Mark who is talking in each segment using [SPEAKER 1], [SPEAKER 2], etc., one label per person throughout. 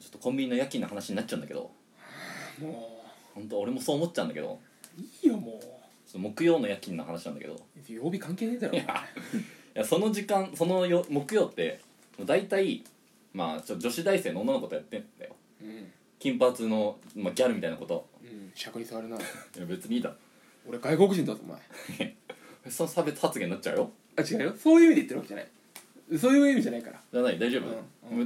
[SPEAKER 1] ちょっとコンビニの夜勤の話になっちゃうんだけど
[SPEAKER 2] も
[SPEAKER 1] 本当俺もそう思っちゃうんだけど
[SPEAKER 2] ういいよも
[SPEAKER 1] ちょっと木曜の夜勤の話なんだけどいう
[SPEAKER 2] 曜日関係ねえだろお前
[SPEAKER 1] やその時間そのよ木曜って大体まあちょっと女子大生の女の子とやってんだよ
[SPEAKER 2] うん
[SPEAKER 1] 金髪の、まあ、ギャルみたいなこと
[SPEAKER 2] うん尺に触るない
[SPEAKER 1] や別にいいだろ
[SPEAKER 2] 俺外国人だぞお前
[SPEAKER 1] その差別発言になっちゃうよ
[SPEAKER 2] あ違うよそういう意味で言ってるわけじゃないそういう意味じゃないから
[SPEAKER 1] じゃない大丈夫、
[SPEAKER 2] うんうん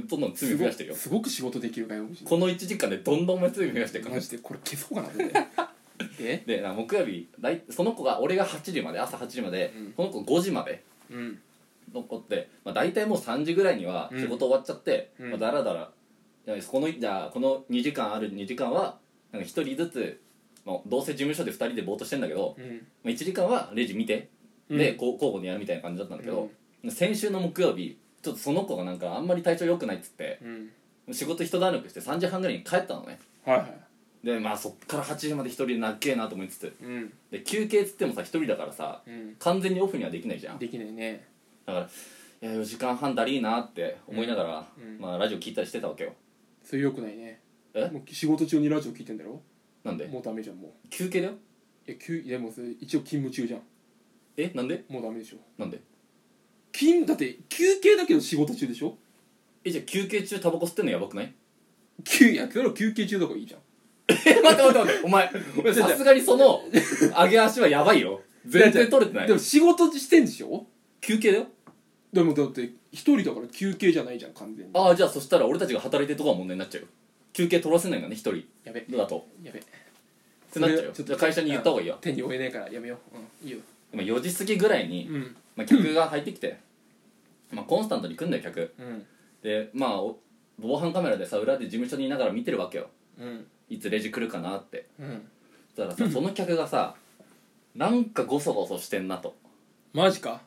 [SPEAKER 1] どんどん罪増やしてるよ
[SPEAKER 2] すごくすごく仕事できる外国人
[SPEAKER 1] この1時間でどんどんお前罪増やしてるから
[SPEAKER 2] マジでこれ消そうかな俺 え
[SPEAKER 1] でな木曜日来その子が俺が8時まで朝8時まで、
[SPEAKER 2] うん
[SPEAKER 1] この子5時まで
[SPEAKER 2] うん
[SPEAKER 1] 残って、まあ、大体もう3時ぐらいには仕事終わっちゃって、
[SPEAKER 2] うん
[SPEAKER 1] まあ、だらだらじゃあこのじゃあこの2時間ある2時間はなんか1人ずつ、まあ、どうせ事務所で2人でぼーっとしてんだけど、
[SPEAKER 2] うん
[SPEAKER 1] まあ、1時間はレジ見てで、
[SPEAKER 2] うん
[SPEAKER 1] こう交互にやるみたいな感じだったんだけど、先週の木曜日ちょっとその子がなんかあんまり体調良くないっつって
[SPEAKER 2] うん
[SPEAKER 1] 仕事一段落して3時半ぐらいに帰ったのね
[SPEAKER 2] はいはい
[SPEAKER 1] でまあそっから8時まで一人でなっけえなと思いつつ
[SPEAKER 2] うん
[SPEAKER 1] で休憩っつってもさ一人だからさ
[SPEAKER 2] うん
[SPEAKER 1] 完全にオフにはできないじゃんだ
[SPEAKER 2] できないね
[SPEAKER 1] からいや4時間半だりーなって思いながら、
[SPEAKER 2] うんうん
[SPEAKER 1] まあラジオ聞いたりしてたわけよ
[SPEAKER 2] それよくないね
[SPEAKER 1] え
[SPEAKER 2] もう仕事中にラジオ聞いてんだろ
[SPEAKER 1] なんで
[SPEAKER 2] もうダメじゃんも
[SPEAKER 1] 休憩だよ
[SPEAKER 2] ういや急いやもうそれ一応勤務中じゃん
[SPEAKER 1] えなんで
[SPEAKER 2] もうダメでしょ
[SPEAKER 1] なんで
[SPEAKER 2] 勤務だって休憩だけど仕事中でしょ
[SPEAKER 1] えじゃあ休憩中タバコ吸ってんのやばくない
[SPEAKER 2] 休いやそれは休憩中だからいいじゃん
[SPEAKER 1] え待って待って待ってお前お前
[SPEAKER 2] ちょ
[SPEAKER 1] さすがにそ の上げ足はやばいよ全然取れてない
[SPEAKER 2] でも仕事してんでしょ
[SPEAKER 1] 休憩だよ
[SPEAKER 2] でもだって一人だから休憩じゃないじゃん完全に
[SPEAKER 1] ああじゃあそしたら俺たちが働いてるとこが問題になっちゃうよ休憩取らせないんだね一人
[SPEAKER 2] やべ
[SPEAKER 1] だと
[SPEAKER 2] やべ
[SPEAKER 1] ってなっちゃうよ
[SPEAKER 2] それ
[SPEAKER 1] じゃあ会社に言った方がいいよ
[SPEAKER 2] 手に負えないからやめよううんいいよ
[SPEAKER 1] 今4時過ぎぐらいに、
[SPEAKER 2] うん
[SPEAKER 1] まあ、客が入ってきて、まあ、コンスタントに来んだよ客
[SPEAKER 2] うん
[SPEAKER 1] でまあお防犯カメラでさ裏で事務所にいながら見てるわけよ
[SPEAKER 2] うん
[SPEAKER 1] いつレジ来るかなって
[SPEAKER 2] うん
[SPEAKER 1] そしたらさその客がさなんかゴソゴソしてんなと
[SPEAKER 2] マジか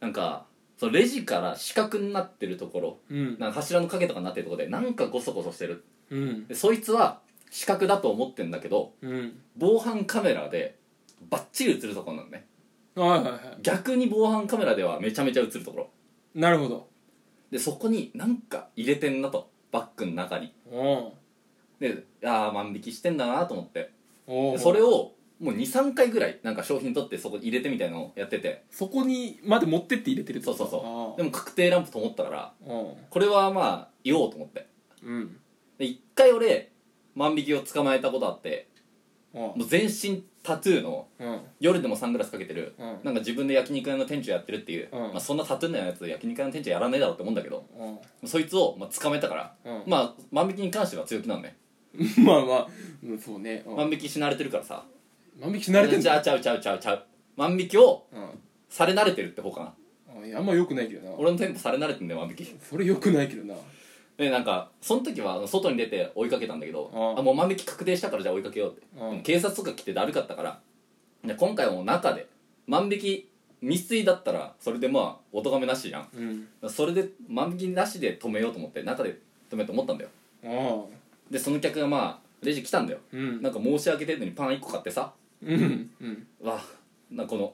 [SPEAKER 1] なんかそのレジから四角になってるところ
[SPEAKER 2] うん
[SPEAKER 1] なんか柱の影とかになってるところでなんかゴソゴソしてる
[SPEAKER 2] うん
[SPEAKER 1] でそいつは四角だと思ってんだけど
[SPEAKER 2] うん
[SPEAKER 1] 防犯カメラでバッチリ映るところなのね
[SPEAKER 2] はいはいは
[SPEAKER 1] 逆に防犯カメラではめちゃめちゃ映るところ
[SPEAKER 2] いなるほど
[SPEAKER 1] でそこになんか入れてんなとバッグの中に
[SPEAKER 2] お
[SPEAKER 1] でああ万引きしてんだなと思って
[SPEAKER 2] お
[SPEAKER 1] で
[SPEAKER 2] お
[SPEAKER 1] それをもう23回ぐらいなんか商品取ってそこ入れてみたいのをやってて
[SPEAKER 2] そこにまで持ってって入れてるって
[SPEAKER 1] そ
[SPEAKER 2] こ
[SPEAKER 1] う
[SPEAKER 2] と
[SPEAKER 1] そうそうで
[SPEAKER 2] う
[SPEAKER 1] も確定ランプと思ったから
[SPEAKER 2] そ
[SPEAKER 1] これはまあ言おうと思って
[SPEAKER 2] ううん
[SPEAKER 1] で1回俺万引きを捕まえたことあって
[SPEAKER 2] うん
[SPEAKER 1] もう全身タトゥーの
[SPEAKER 2] うん
[SPEAKER 1] 夜でもサングラスかけてる、
[SPEAKER 2] うん
[SPEAKER 1] なんか自分で焼肉屋の店長やってるっていう、
[SPEAKER 2] うん
[SPEAKER 1] まあ、そんなタトゥーのやつ焼肉屋の店長やらねえだろうって思うんだけど
[SPEAKER 2] うん
[SPEAKER 1] そいつをまあ捕めたから、
[SPEAKER 2] うん
[SPEAKER 1] まあ万引きに関しては強気なんね、
[SPEAKER 2] まあまあ、うん、そうね、うん
[SPEAKER 1] 万引きし慣れてるからさ
[SPEAKER 2] 万引きし慣れてん
[SPEAKER 1] ちゃ
[SPEAKER 2] だ
[SPEAKER 1] うちゃうちゃうちゃうちゃう万引きを
[SPEAKER 2] う
[SPEAKER 1] され慣れてるって方かなん
[SPEAKER 2] あいやあんまよくないけどな
[SPEAKER 1] 俺の店舗され慣れてんだよ万引き
[SPEAKER 2] それよくないけどな
[SPEAKER 1] でなんかその時は外に出て追いかけたんだけど
[SPEAKER 2] うん
[SPEAKER 1] あもう万引き確定したからじゃあ追いかけようって、
[SPEAKER 2] うん
[SPEAKER 1] でも警察とか来てだるかったからで今回はもう中で万引き未遂だったらそれでまあお咎めなしじゃん
[SPEAKER 2] うん
[SPEAKER 1] それで万引きなしで止めようと思って中で止めようと思ったんだよ
[SPEAKER 2] あ
[SPEAKER 1] でその客がまあレジ来たんだよ
[SPEAKER 2] うん
[SPEAKER 1] なんか申し訳程度にパン1個買ってさ
[SPEAKER 2] うんうん
[SPEAKER 1] わあなんかこの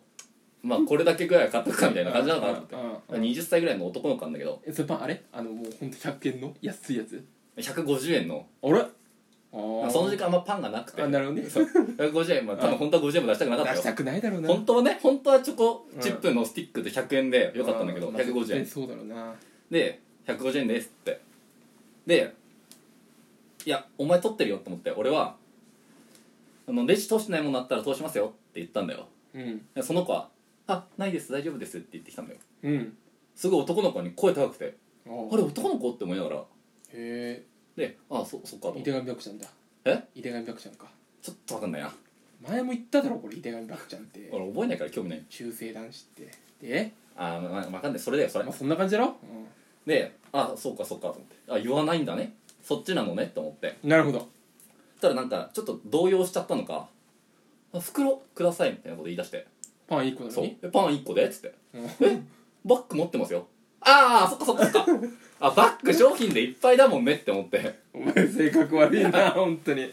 [SPEAKER 1] まあこれだけぐらいは買っとくかみたいな感じなのかなと思って
[SPEAKER 2] うんうんうん
[SPEAKER 1] 20歳ぐらいの男の子なんだけど
[SPEAKER 2] えそれパンあれあのもうほんと100円の安いやつ
[SPEAKER 1] 150円の
[SPEAKER 2] あれあ
[SPEAKER 1] まあ
[SPEAKER 2] あ
[SPEAKER 1] その時間あんまパンがなくて
[SPEAKER 2] あなるほどね
[SPEAKER 1] そう150円まあ多分本当は50円も出したくなかった
[SPEAKER 2] 出
[SPEAKER 1] よ
[SPEAKER 2] したくないだろうな
[SPEAKER 1] 本当はね本当はチョコチップのスティックで100円でよかったんだけど
[SPEAKER 2] うまあ絶
[SPEAKER 1] 150
[SPEAKER 2] 対
[SPEAKER 1] 円
[SPEAKER 2] そうだろうな
[SPEAKER 1] で150円ですってでいやお前取ってるよと思って俺はあのレジ通してないものあったら通しますよって言ったんだよ
[SPEAKER 2] うん
[SPEAKER 1] でその子は「あないです大丈夫です」って言ってきたんだよ
[SPEAKER 2] うん
[SPEAKER 1] すごい男の子に声高くて
[SPEAKER 2] あ
[SPEAKER 1] あれ男の子って思いながら
[SPEAKER 2] へ
[SPEAKER 1] で「ああそそっか」と
[SPEAKER 2] え
[SPEAKER 1] 思っ
[SPEAKER 2] 井
[SPEAKER 1] て
[SPEAKER 2] 手上漠ちゃんだ
[SPEAKER 1] え
[SPEAKER 2] 井手上漠ちゃんか
[SPEAKER 1] ちょっと分かんないな
[SPEAKER 2] 前も言っただろこれ井手上漠ちゃんって
[SPEAKER 1] 俺覚えないから興味ない
[SPEAKER 2] 中性男子ってで
[SPEAKER 1] あー、まあ、分かんないそれだよそれ
[SPEAKER 2] まあそんな感じだろ
[SPEAKER 1] であそうかそうかと思ってあ言わないんだねそっちなのねと思って
[SPEAKER 2] うんなるほど
[SPEAKER 1] そしたらなんかちょっと動揺しちゃったのか「あ袋ください」みたいなこと言い出して
[SPEAKER 2] パン1
[SPEAKER 1] 「
[SPEAKER 2] 個な
[SPEAKER 1] そ
[SPEAKER 2] の
[SPEAKER 1] う
[SPEAKER 2] に
[SPEAKER 1] えパン1個で?」っつって
[SPEAKER 2] うん
[SPEAKER 1] 「えバッグ持ってますよ」ああそっかそっかそっか あバッグ商品でいっぱいだもんねって思って
[SPEAKER 2] お前性格悪い な本当にう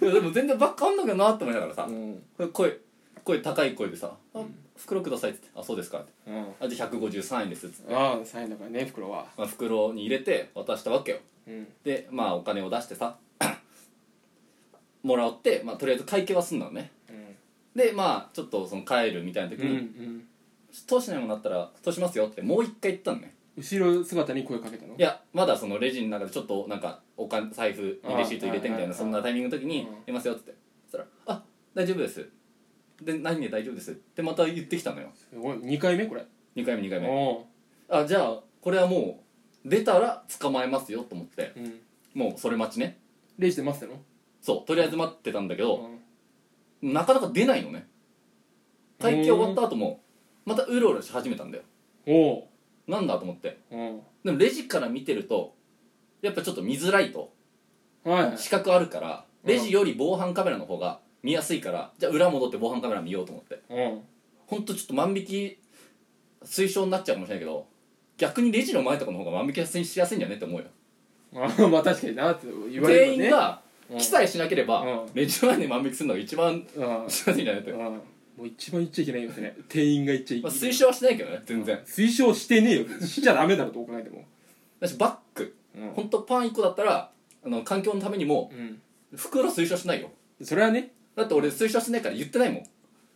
[SPEAKER 1] でも全然バッグあんだけどなって思いながらさ
[SPEAKER 2] んうん
[SPEAKER 1] 声声高い声でさ「あ袋ください」っつって「あそうですか」って
[SPEAKER 2] うん
[SPEAKER 1] 「あじゃあ153円です」っつって
[SPEAKER 2] ああサインだからね袋は
[SPEAKER 1] まあ袋に入れて渡したわけよ
[SPEAKER 2] うん
[SPEAKER 1] でまあお金を出してさ もらって、まあ、とりあえず会計はすんのね
[SPEAKER 2] うん
[SPEAKER 1] でまあちょっとその帰るみたいな時
[SPEAKER 2] うんう
[SPEAKER 1] に
[SPEAKER 2] ん
[SPEAKER 1] 「通しないもんだったら通しますよ」ってもう一回言ったのね
[SPEAKER 2] 後ろ姿に声かけたの
[SPEAKER 1] いやまだそのレジの中でちょっとなんかお金財布にレシート入れてみたい
[SPEAKER 2] あ
[SPEAKER 1] な
[SPEAKER 2] あ
[SPEAKER 1] そんなタイミングの時に
[SPEAKER 2] うん
[SPEAKER 1] 「出ますよ」って言ってそしたら「あ大丈夫です」で「何で大丈夫です」ってまた言ってきたのよ
[SPEAKER 2] すごい2回目これ
[SPEAKER 1] 2回目2回目
[SPEAKER 2] お
[SPEAKER 1] あじゃあこれはもう出たら捕まえますよと思って
[SPEAKER 2] ううん
[SPEAKER 1] もうそれ待ちね
[SPEAKER 2] レジで待ってたの
[SPEAKER 1] そうとりあえず待ってたんだけど
[SPEAKER 2] うん
[SPEAKER 1] なかなか出ないのね会計終わった後もまたうろうろし始めたんだよ
[SPEAKER 2] お
[SPEAKER 1] なんだと思って
[SPEAKER 2] うお
[SPEAKER 1] でもレジから見てるとやっぱちょっと見づらいと
[SPEAKER 2] うはい
[SPEAKER 1] 視覚あるから
[SPEAKER 2] うん
[SPEAKER 1] レジより防犯カメラの方が見やすいからじゃあ裏戻って防犯カメラ見ようと思って
[SPEAKER 2] うん
[SPEAKER 1] ほんとちょっと万引き推奨になっちゃうかもしれないけど逆にレジの前とかの方が万引きしやすいんじゃねって思うよ
[SPEAKER 2] あーまあ確かになって言われ
[SPEAKER 1] 全
[SPEAKER 2] る
[SPEAKER 1] 員
[SPEAKER 2] ね
[SPEAKER 1] が記載しなければ
[SPEAKER 2] うん
[SPEAKER 1] レジ前で万引きするのが一番
[SPEAKER 2] うんうん
[SPEAKER 1] しやすいんじゃねって、ま
[SPEAKER 2] うんもう一番言っちゃいけないよ ね店員が言っちゃい
[SPEAKER 1] あ、
[SPEAKER 2] けない
[SPEAKER 1] 推奨はしないけどね全然
[SPEAKER 2] 推奨してねえよしちゃダメだろどう考えても
[SPEAKER 1] だしバッグ
[SPEAKER 2] うん
[SPEAKER 1] ほんとパン1個だったらあの環境のためにも
[SPEAKER 2] うん
[SPEAKER 1] 袋推奨しないよ
[SPEAKER 2] それはね
[SPEAKER 1] だって俺推奨しないから言ってないもん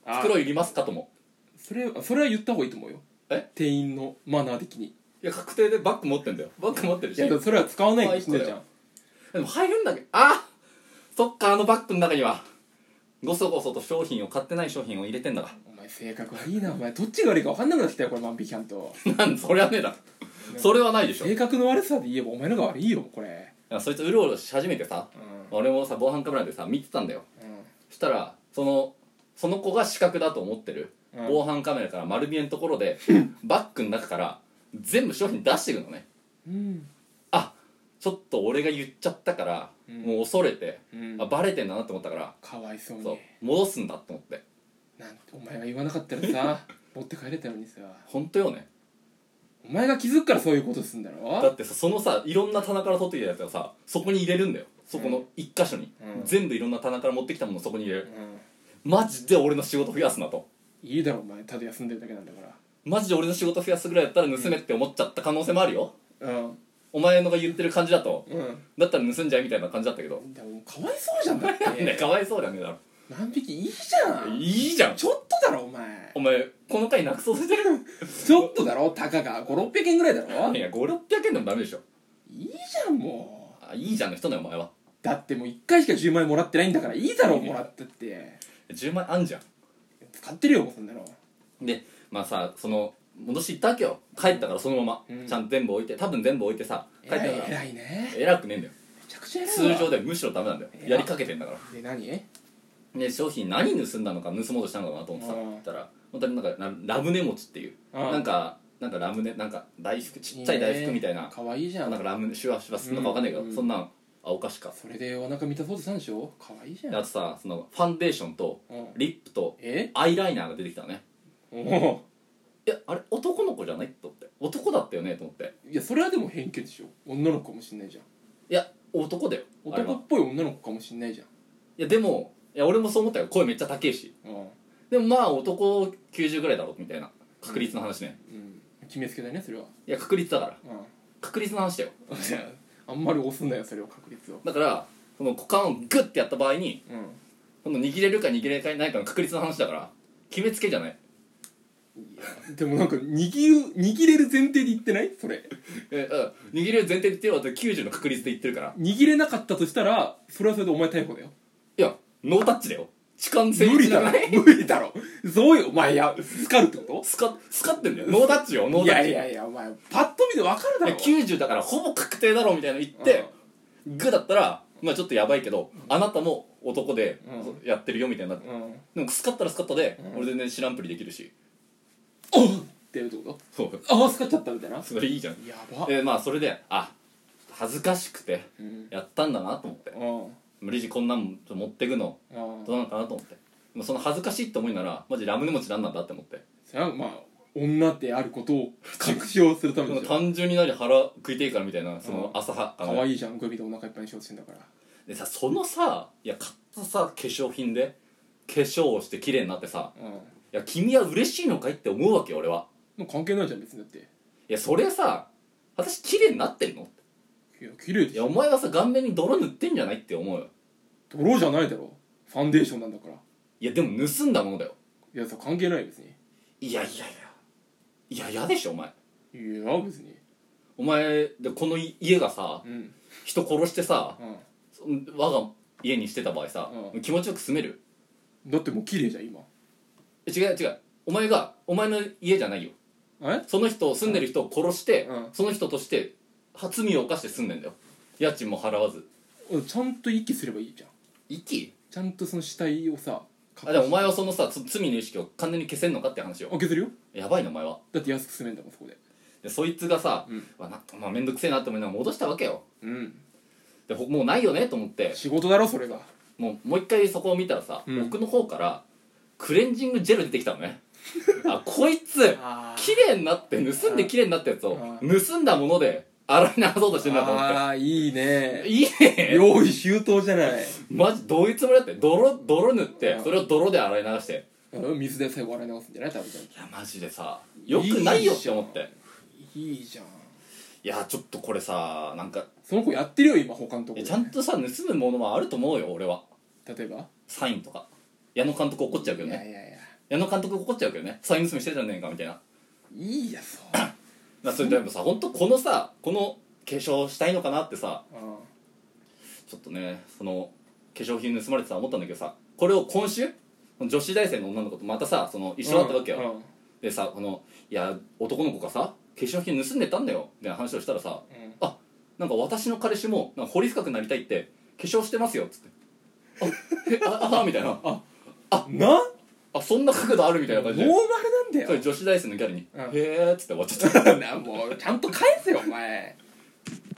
[SPEAKER 2] あ
[SPEAKER 1] 袋いりますかとも
[SPEAKER 2] それはそれは言った方がいいと思うよ
[SPEAKER 1] え
[SPEAKER 2] 店員のマナー的に
[SPEAKER 1] いや確定でバッグ持ってんだよバッグ持ってる
[SPEAKER 2] い
[SPEAKER 1] し
[SPEAKER 2] やそれは使わないかもしれないじゃ
[SPEAKER 1] ま
[SPEAKER 2] ん
[SPEAKER 1] でも入るんだけどあそっかあのバッグの中にはごそごそと商品を買ってない商品を入れてんだか
[SPEAKER 2] お前性格悪いなお前どっちが悪いか分かんなくなってきたよこれ万引き犯と
[SPEAKER 1] らなんそれはねえだろそれはないでしょい
[SPEAKER 2] 性格の悪さで言えばお前のが悪いよこれ
[SPEAKER 1] やそいつうろうろし始めてさ
[SPEAKER 2] う
[SPEAKER 1] 俺もさ防犯カメラでさ見てたんだよ
[SPEAKER 2] んうん
[SPEAKER 1] そしたらそのその子が死角だと思ってる
[SPEAKER 2] うん
[SPEAKER 1] 防犯カメラから丸見えのところ でバッグの中から全部商品出してくのね
[SPEAKER 2] うん
[SPEAKER 1] あちょっと俺が言っちゃったから、
[SPEAKER 2] うん
[SPEAKER 1] もう恐れて、
[SPEAKER 2] うん
[SPEAKER 1] あバレてんだなって思ったから
[SPEAKER 2] かわいそう
[SPEAKER 1] そう
[SPEAKER 2] に
[SPEAKER 1] 戻すんだと思って
[SPEAKER 2] なんてお前が言わなかったらさ 持って帰れたのにさ
[SPEAKER 1] 本当よね
[SPEAKER 2] お前が気づくからそういうことすんだ
[SPEAKER 1] だ
[SPEAKER 2] ろ
[SPEAKER 1] ってさそのさいろんな棚から取ってきたやつをさそこに入れるんだよそこの一箇所に、
[SPEAKER 2] うん
[SPEAKER 1] 全部いろんな棚から持ってきたものをそこに入れ
[SPEAKER 2] う
[SPEAKER 1] る、
[SPEAKER 2] ん
[SPEAKER 1] マジで俺の仕事増やすなと
[SPEAKER 2] いいだろお前ただ休んでるだけなんだか
[SPEAKER 1] マジで俺の仕事増やすぐらいだったら盗めって思っちゃった可能性もあるよ
[SPEAKER 2] らうん
[SPEAKER 1] お前のが言ってる感じだと
[SPEAKER 2] うん
[SPEAKER 1] だったら盗んじゃいみたいな感じだったけ ど、
[SPEAKER 2] でもかわいそうじゃん だって
[SPEAKER 1] ねかわいそうだねだろ
[SPEAKER 2] 万引きいいじゃん
[SPEAKER 1] いいじゃん
[SPEAKER 2] ちょっとだろお前
[SPEAKER 1] お前この回なくそうとしてる
[SPEAKER 2] ちょっとだろたかが5600円ぐらいだ ろ
[SPEAKER 1] いや5600円でもダメでしょ
[SPEAKER 2] いいじゃんもう
[SPEAKER 1] あいいじゃんの人ねお前は
[SPEAKER 2] だってもう1回しか10万円もらってないんだからいいだろもらったって
[SPEAKER 1] 10万円あんじゃ
[SPEAKER 2] 使ってるよもうそんなの
[SPEAKER 1] んでまあさその戻し行ったわけよ帰ったからそのまま、
[SPEAKER 2] うん
[SPEAKER 1] ちゃんと全部置いて多分全部置いてさ帰ったか
[SPEAKER 2] 偉い
[SPEAKER 1] ら
[SPEAKER 2] 偉いね
[SPEAKER 1] 偉くねえんだよ
[SPEAKER 2] めちゃくちゃ偉い
[SPEAKER 1] 通常
[SPEAKER 2] で
[SPEAKER 1] ではむしろダメなんだよ
[SPEAKER 2] 偉い
[SPEAKER 1] やりかけてんだから
[SPEAKER 2] で何
[SPEAKER 1] で商品何盗んだのか盗もうとしたのかなと思ってさ
[SPEAKER 2] うん
[SPEAKER 1] 言ったら本当になんかララムネ餅っていう
[SPEAKER 2] うん
[SPEAKER 1] なんかなんかラムネなんか大福ちっちゃい大福みたいな
[SPEAKER 2] かわいいじゃ
[SPEAKER 1] なん
[SPEAKER 2] ん
[SPEAKER 1] かラムネシュワシュワするのかわかんないけど、
[SPEAKER 2] うん
[SPEAKER 1] そんなんあお菓子か
[SPEAKER 2] それでお腹満たそうとしたんでしょかわいいじ
[SPEAKER 1] で
[SPEAKER 2] ゃ
[SPEAKER 1] あ
[SPEAKER 2] ん
[SPEAKER 1] とさそのファンデーションと
[SPEAKER 2] うん
[SPEAKER 1] リップと
[SPEAKER 2] え
[SPEAKER 1] アイライナーが出てきたのね
[SPEAKER 2] おお
[SPEAKER 1] いやあれ男の子じゃないと思って男だったよねと思って
[SPEAKER 2] いやそれはでも偏見でしょ女の子かもしんないじゃん
[SPEAKER 1] いや男だよあれ
[SPEAKER 2] 男
[SPEAKER 1] は
[SPEAKER 2] っぽい女の子かもしんないじ
[SPEAKER 1] いやでもいや俺もそう思ったよ声めっちゃ高いし
[SPEAKER 2] ゃんうん
[SPEAKER 1] でもまあ男90ぐらいだろみたいな確率の話ね、
[SPEAKER 2] うん決めつけだねそれはい
[SPEAKER 1] や確率だから
[SPEAKER 2] うん
[SPEAKER 1] 確率の話だよ
[SPEAKER 2] あんまり押すんだよそれを確率を
[SPEAKER 1] だからその股間をグッてやった場合に
[SPEAKER 2] うん
[SPEAKER 1] この握れるか握れないかの確率の話だから決めつけじゃない
[SPEAKER 2] でもなんか握る握れる前提で言ってないそれ
[SPEAKER 1] えうん握れる前提って言えば90の確率で言ってるから
[SPEAKER 2] 握れなかったとしたらそれはそれでお前逮捕だよ
[SPEAKER 1] いやノータッチだよ痴漢成
[SPEAKER 2] 無
[SPEAKER 1] 立
[SPEAKER 2] 理
[SPEAKER 1] じゃ
[SPEAKER 2] だ
[SPEAKER 1] な
[SPEAKER 2] ろ
[SPEAKER 1] い
[SPEAKER 2] 無理だろそうよお前やスカるってこ
[SPEAKER 1] スカスカってんだよノータッチよノ
[SPEAKER 2] とい
[SPEAKER 1] ータッ
[SPEAKER 2] や
[SPEAKER 1] チ
[SPEAKER 2] いやいやお前パッと見てわかるだ
[SPEAKER 1] いや
[SPEAKER 2] ろ
[SPEAKER 1] 90だからほぼ確定だろみたいなの言って、グーだったらまあちょっとやばいけど、あなたも男で
[SPEAKER 2] うん
[SPEAKER 1] そうやってるよみたいになって、
[SPEAKER 2] うんうん
[SPEAKER 1] でもスカったらスカったで、
[SPEAKER 2] うん
[SPEAKER 1] 俺全然知らんぷりできるし
[SPEAKER 2] おっってやるってこ
[SPEAKER 1] そう
[SPEAKER 2] とああスカっちゃったみたいなや
[SPEAKER 1] それいいじゃん
[SPEAKER 2] ば
[SPEAKER 1] でまあそれであ恥ずかしくて
[SPEAKER 2] うん
[SPEAKER 1] やったんだなと思って
[SPEAKER 2] うん
[SPEAKER 1] 無理しこんなんちょっと持ってくの
[SPEAKER 2] うん
[SPEAKER 1] どうなのかなと思ってでもその恥ずかしいって思いならマジラムネ持ちなんなんだって思って
[SPEAKER 2] それはまあ女ってあることを確証するため
[SPEAKER 1] で
[SPEAKER 2] で
[SPEAKER 1] も
[SPEAKER 2] しょ
[SPEAKER 1] 単純になり腹食いていからみたいなその
[SPEAKER 2] うん
[SPEAKER 1] 朝は
[SPEAKER 2] かわいいじゃんグミでお腹いっぱいにしようとしてんだから
[SPEAKER 1] でさそのさいや買ったさ化粧品で化粧をして綺麗になってさ
[SPEAKER 2] うん
[SPEAKER 1] いや君は嬉しいのかいって思うわけよ俺は
[SPEAKER 2] もう関係ないじゃん別にだって
[SPEAKER 1] いやそれさ私綺麗になってんの
[SPEAKER 2] いや綺麗
[SPEAKER 1] い
[SPEAKER 2] でし
[SPEAKER 1] や
[SPEAKER 2] ょ
[SPEAKER 1] お前はさ顔面に泥塗ってんじゃないって思うよ
[SPEAKER 2] 泥じゃないだろファンデーションなんだから
[SPEAKER 1] いやでも盗んだものだよ
[SPEAKER 2] いやさ関係ない別に
[SPEAKER 1] いやいやいやいや嫌でしょお前
[SPEAKER 2] いや別に
[SPEAKER 1] お前でこのい家がさ
[SPEAKER 2] うん
[SPEAKER 1] 人殺してさ
[SPEAKER 2] う
[SPEAKER 1] そ我が家にしてた場合さ、
[SPEAKER 2] う
[SPEAKER 1] 気持ちよく住める
[SPEAKER 2] んだってもう綺麗じゃん今
[SPEAKER 1] え違う違うお前がお前の家じゃないよ
[SPEAKER 2] え
[SPEAKER 1] その人住んでる人を殺して、
[SPEAKER 2] うん
[SPEAKER 1] その人として罪を犯して住んでんだよ家賃も払わず
[SPEAKER 2] ちゃんと息すればいいじゃん
[SPEAKER 1] 息
[SPEAKER 2] ちゃんとその死体をさ
[SPEAKER 1] あでもお前はそのさつ罪の意識を完全に消せんのかって話よ
[SPEAKER 2] あ削るよ
[SPEAKER 1] やばいなお前は
[SPEAKER 2] だって安く住めんだもんそこで
[SPEAKER 1] でそいつがさ、
[SPEAKER 2] うん
[SPEAKER 1] わなまあ、めんどくせえなって思いながら戻したわけよ
[SPEAKER 2] うん
[SPEAKER 1] でほもうないよねと思って
[SPEAKER 2] 仕事だろそれが
[SPEAKER 1] もうもう一回そこを見たらさ、
[SPEAKER 2] うん
[SPEAKER 1] 奥の方からクレンジングジェル出てきたのねあこいつ
[SPEAKER 2] あ
[SPEAKER 1] 綺麗になって盗んで綺麗になったやつを
[SPEAKER 2] あ
[SPEAKER 1] 盗んだもので洗い流そうとしてんだと思っ
[SPEAKER 2] あーいい
[SPEAKER 1] て
[SPEAKER 2] ね
[SPEAKER 1] いいね
[SPEAKER 2] 用意周到じゃない
[SPEAKER 1] マジどういうつもりだって泥泥塗っ
[SPEAKER 2] う
[SPEAKER 1] て
[SPEAKER 2] ん
[SPEAKER 1] それを泥で洗い流して
[SPEAKER 2] うん水で最後洗い直すんじゃない多分
[SPEAKER 1] いやマジでさよくないよって思ってい
[SPEAKER 2] いいじゃん
[SPEAKER 1] やちょっとこれさなんか
[SPEAKER 2] その子やってるよ今他のとこ
[SPEAKER 1] え
[SPEAKER 2] ろ
[SPEAKER 1] ちゃんとさ盗むものもあると思うよ俺は
[SPEAKER 2] 例えば
[SPEAKER 1] サインとか矢野監督怒っちゃうけど
[SPEAKER 2] いや
[SPEAKER 1] ね
[SPEAKER 2] いやいや
[SPEAKER 1] 矢野監督怒っちゃうけどねサイン盗みしてたんねんかみたいない
[SPEAKER 2] いやそう
[SPEAKER 1] だそれでもさ本当このさこの化粧したいのかなってさ
[SPEAKER 2] うん
[SPEAKER 1] ちょっとねその化粧品盗まれてさ思ったんだけどさこれを今週女子大生の女の子とまたさその一緒だったわけよ、
[SPEAKER 2] うんうん
[SPEAKER 1] でさこのいや男の子がさ化粧品盗んでたんだよみたいな話をしたらさあなんか私の彼氏もなんか掘り深くなりたいって化粧してますよっつってあえああみたいなあ
[SPEAKER 2] な
[SPEAKER 1] あそんな角度あるみたいな
[SPEAKER 2] ノ
[SPEAKER 1] 感
[SPEAKER 2] ー
[SPEAKER 1] じ
[SPEAKER 2] マ
[SPEAKER 1] で
[SPEAKER 2] ルなんだ
[SPEAKER 1] それ
[SPEAKER 2] よ
[SPEAKER 1] 女子大生のギャルに「
[SPEAKER 2] うん
[SPEAKER 1] へえ」っつって終わっちゃった
[SPEAKER 2] なもうちゃんと返せよお前